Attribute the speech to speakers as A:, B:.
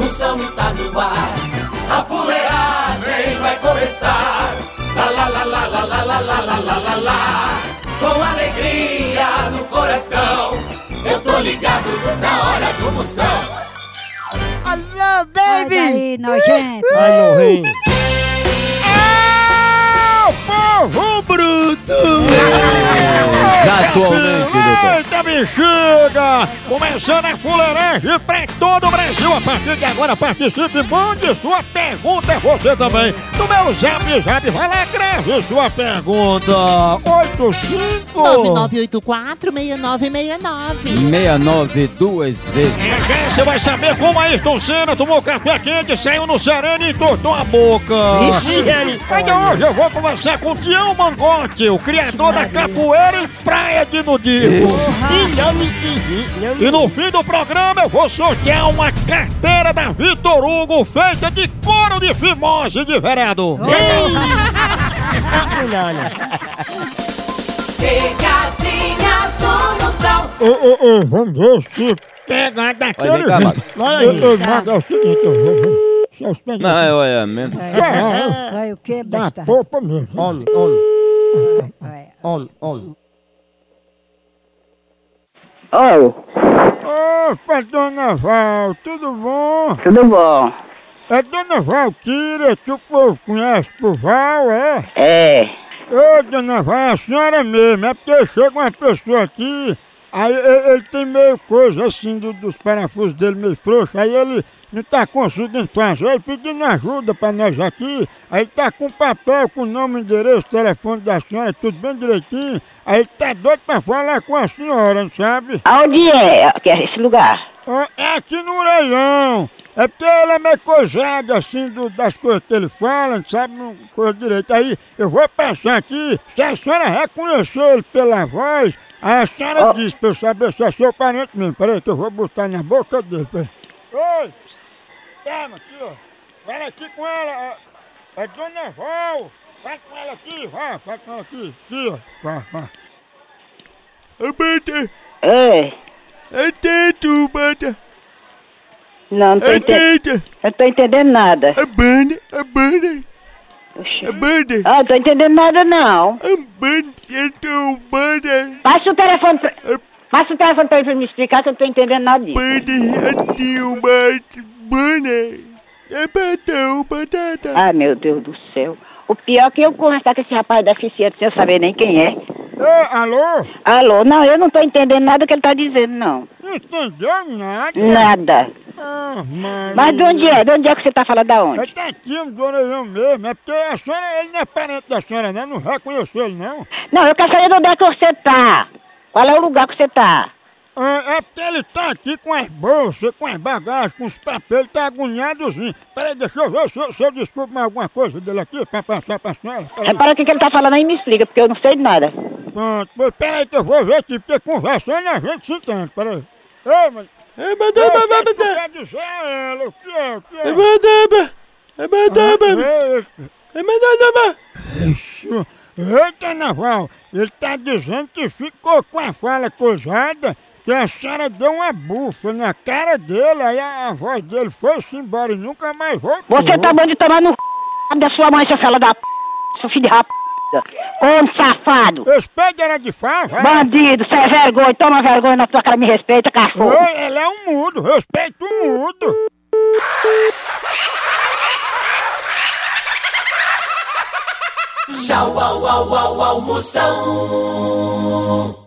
A: Moção está no ar, a fuleagem vai começar. Lá lá lá lá lá lá lá lá lá lá lá lá, com alegria no coração, eu tô ligado na hora do Moção.
B: Alô,
C: Sai
B: baby!
C: daí, nojento.
D: Ai, não vem.
B: É o povo bruto!
E: Atualmente, doutor.
D: Eita bexiga! Começando a fuleiragem pra todo o Brasil. A partir de agora, participe, mande sua pergunta, é você também. No meu zap zap, vai lá, grave sua pergunta. 85...
B: 9984-6969.
E: 69 duas vezes.
D: É, Você vai saber como Ayrton Senna tomou café quente, saiu no sereno e entortou a boca.
B: Ixi.
D: E ele, olha, hoje eu vou conversar com o Tião Mangote, o criador da capoeira em Praia de Nudico. E não me entendi, E no fim do programa eu vou sortear uma carteira da Vitor Hugo feita de couro de fimose de vereador.
A: Pegadinha do Moção.
D: Ô, ô, ô, vamos ver se pegar
E: Olha, vem
D: daquele...
E: cá, Mago.
D: Olha aí. Eu, eu, Mago, é o seguinte, eu vou- se eu pegar-
E: Não, é, olha mesmo.
D: É, é.
C: Vai o que,
D: Da
C: besta?
D: polpa mesmo.
F: Homem, homem,
C: Vai.
F: homem, homem.
G: Oi,
D: Opa, dona Val, tudo bom?
G: tudo bom?
D: É dona Valquíria que o povo conhece por Val, é?
G: É,
D: Ô, dona Val, é a senhora mesmo, é porque chega uma pessoa aqui, aí e- ele, tem meio coisa assim do- dos parafusos dele meio frouxo, aí ele não tá conseguindo fazer, aí pedindo ajuda pra nós aqui, aí tá com papel com nome, endereço, telefone da senhora, tudo bem direitinho, aí ele tá doido pra falar com a senhora, não sabe?
G: aonde é que é esse lugar?
D: Ó, É aqui no Ureião. É porque ele é meio coisado, assim, do- das coisas que ele fala, não sabe não coisa direito. Aí eu vou passar aqui, se a senhora reconheceu ele pela voz, aí a senhora
G: Ó.
D: disse pra eu saber se é seu parente mesmo. Peraí que eu vou botar na boca dele, peraí. Oi! Toma aqui, ó. Fala aqui com ela, ó. É Dona Val. Fala com ela aqui, vai, fala com ela aqui. Aqui, ó. Vai, vai.
G: Ei,
D: É teto, bata.
G: não, não tô, ente... eu tô entendendo nada.
D: É banda, é banda,
G: Oxi.
D: banda.
G: Ah, não tô entendendo nada não.
D: um Banda,
G: Passa o telefone pra... Passa o telefone pra ele pra me explicar que eu não tô entendendo nada disso.
D: um é batão, batata.
G: Ah, meu Deus do céu. O pior é que eu conversar com esse rapaz deficiente sem eu saber nem quem é.
D: Ô, alô?
G: Alô, não, eu não tô entendendo nada que ele tá dizendo, não.
D: Não entendeu nada?
G: Nada.
D: Ah, mano.
G: Mas de onde é? De onde é que você tá falando da onde?
D: Ele tá aqui, um do Orelhão mesmo. É porque a senhora, ele não é parente da senhora, não. Não reconheceu ele, não.
G: Não, eu quero saber de onde é que você tá. Qual é o lugar que você tá?
D: Ah, é porque ele tá aqui com as bolsas, com as bagagens, com os papéis. Ele tá agoniadozinho. Peraí, deixa eu ver se eu, se eu descubro mais alguma coisa dele aqui pra passar pra senhora. Peraí.
G: Repara o que que ele tá falando aí e me explica, porque eu não sei de nada.
D: Pronto, pois peraí que eu vou ver aqui, porque conversando a gente se entende, peraí. Ei, mas... Ei, mas dá, mas dá, mas dá. quer dizer a ela, o que é, o que é? Ei, mas dá, mas... Ei, mas dá, Eita, Naval, ele tá dizendo que ficou com a fala coisada, que a senhora deu uma bufa na cara dele, aí a, a voz dele foi-se embora e nunca mais voltou.
G: Você tá bom de tomar no c... da sua mãe, seu fela da p... seu filho de rap... Homem safado,
D: Esse pé era de fava? é?
G: bandido, sem vergonha, toma vergonha na tua cara, me respeita, cachorro.
D: Ô, ele é um mudo, respeita o mudo.
A: Tchau, au, au, au, au, Moção.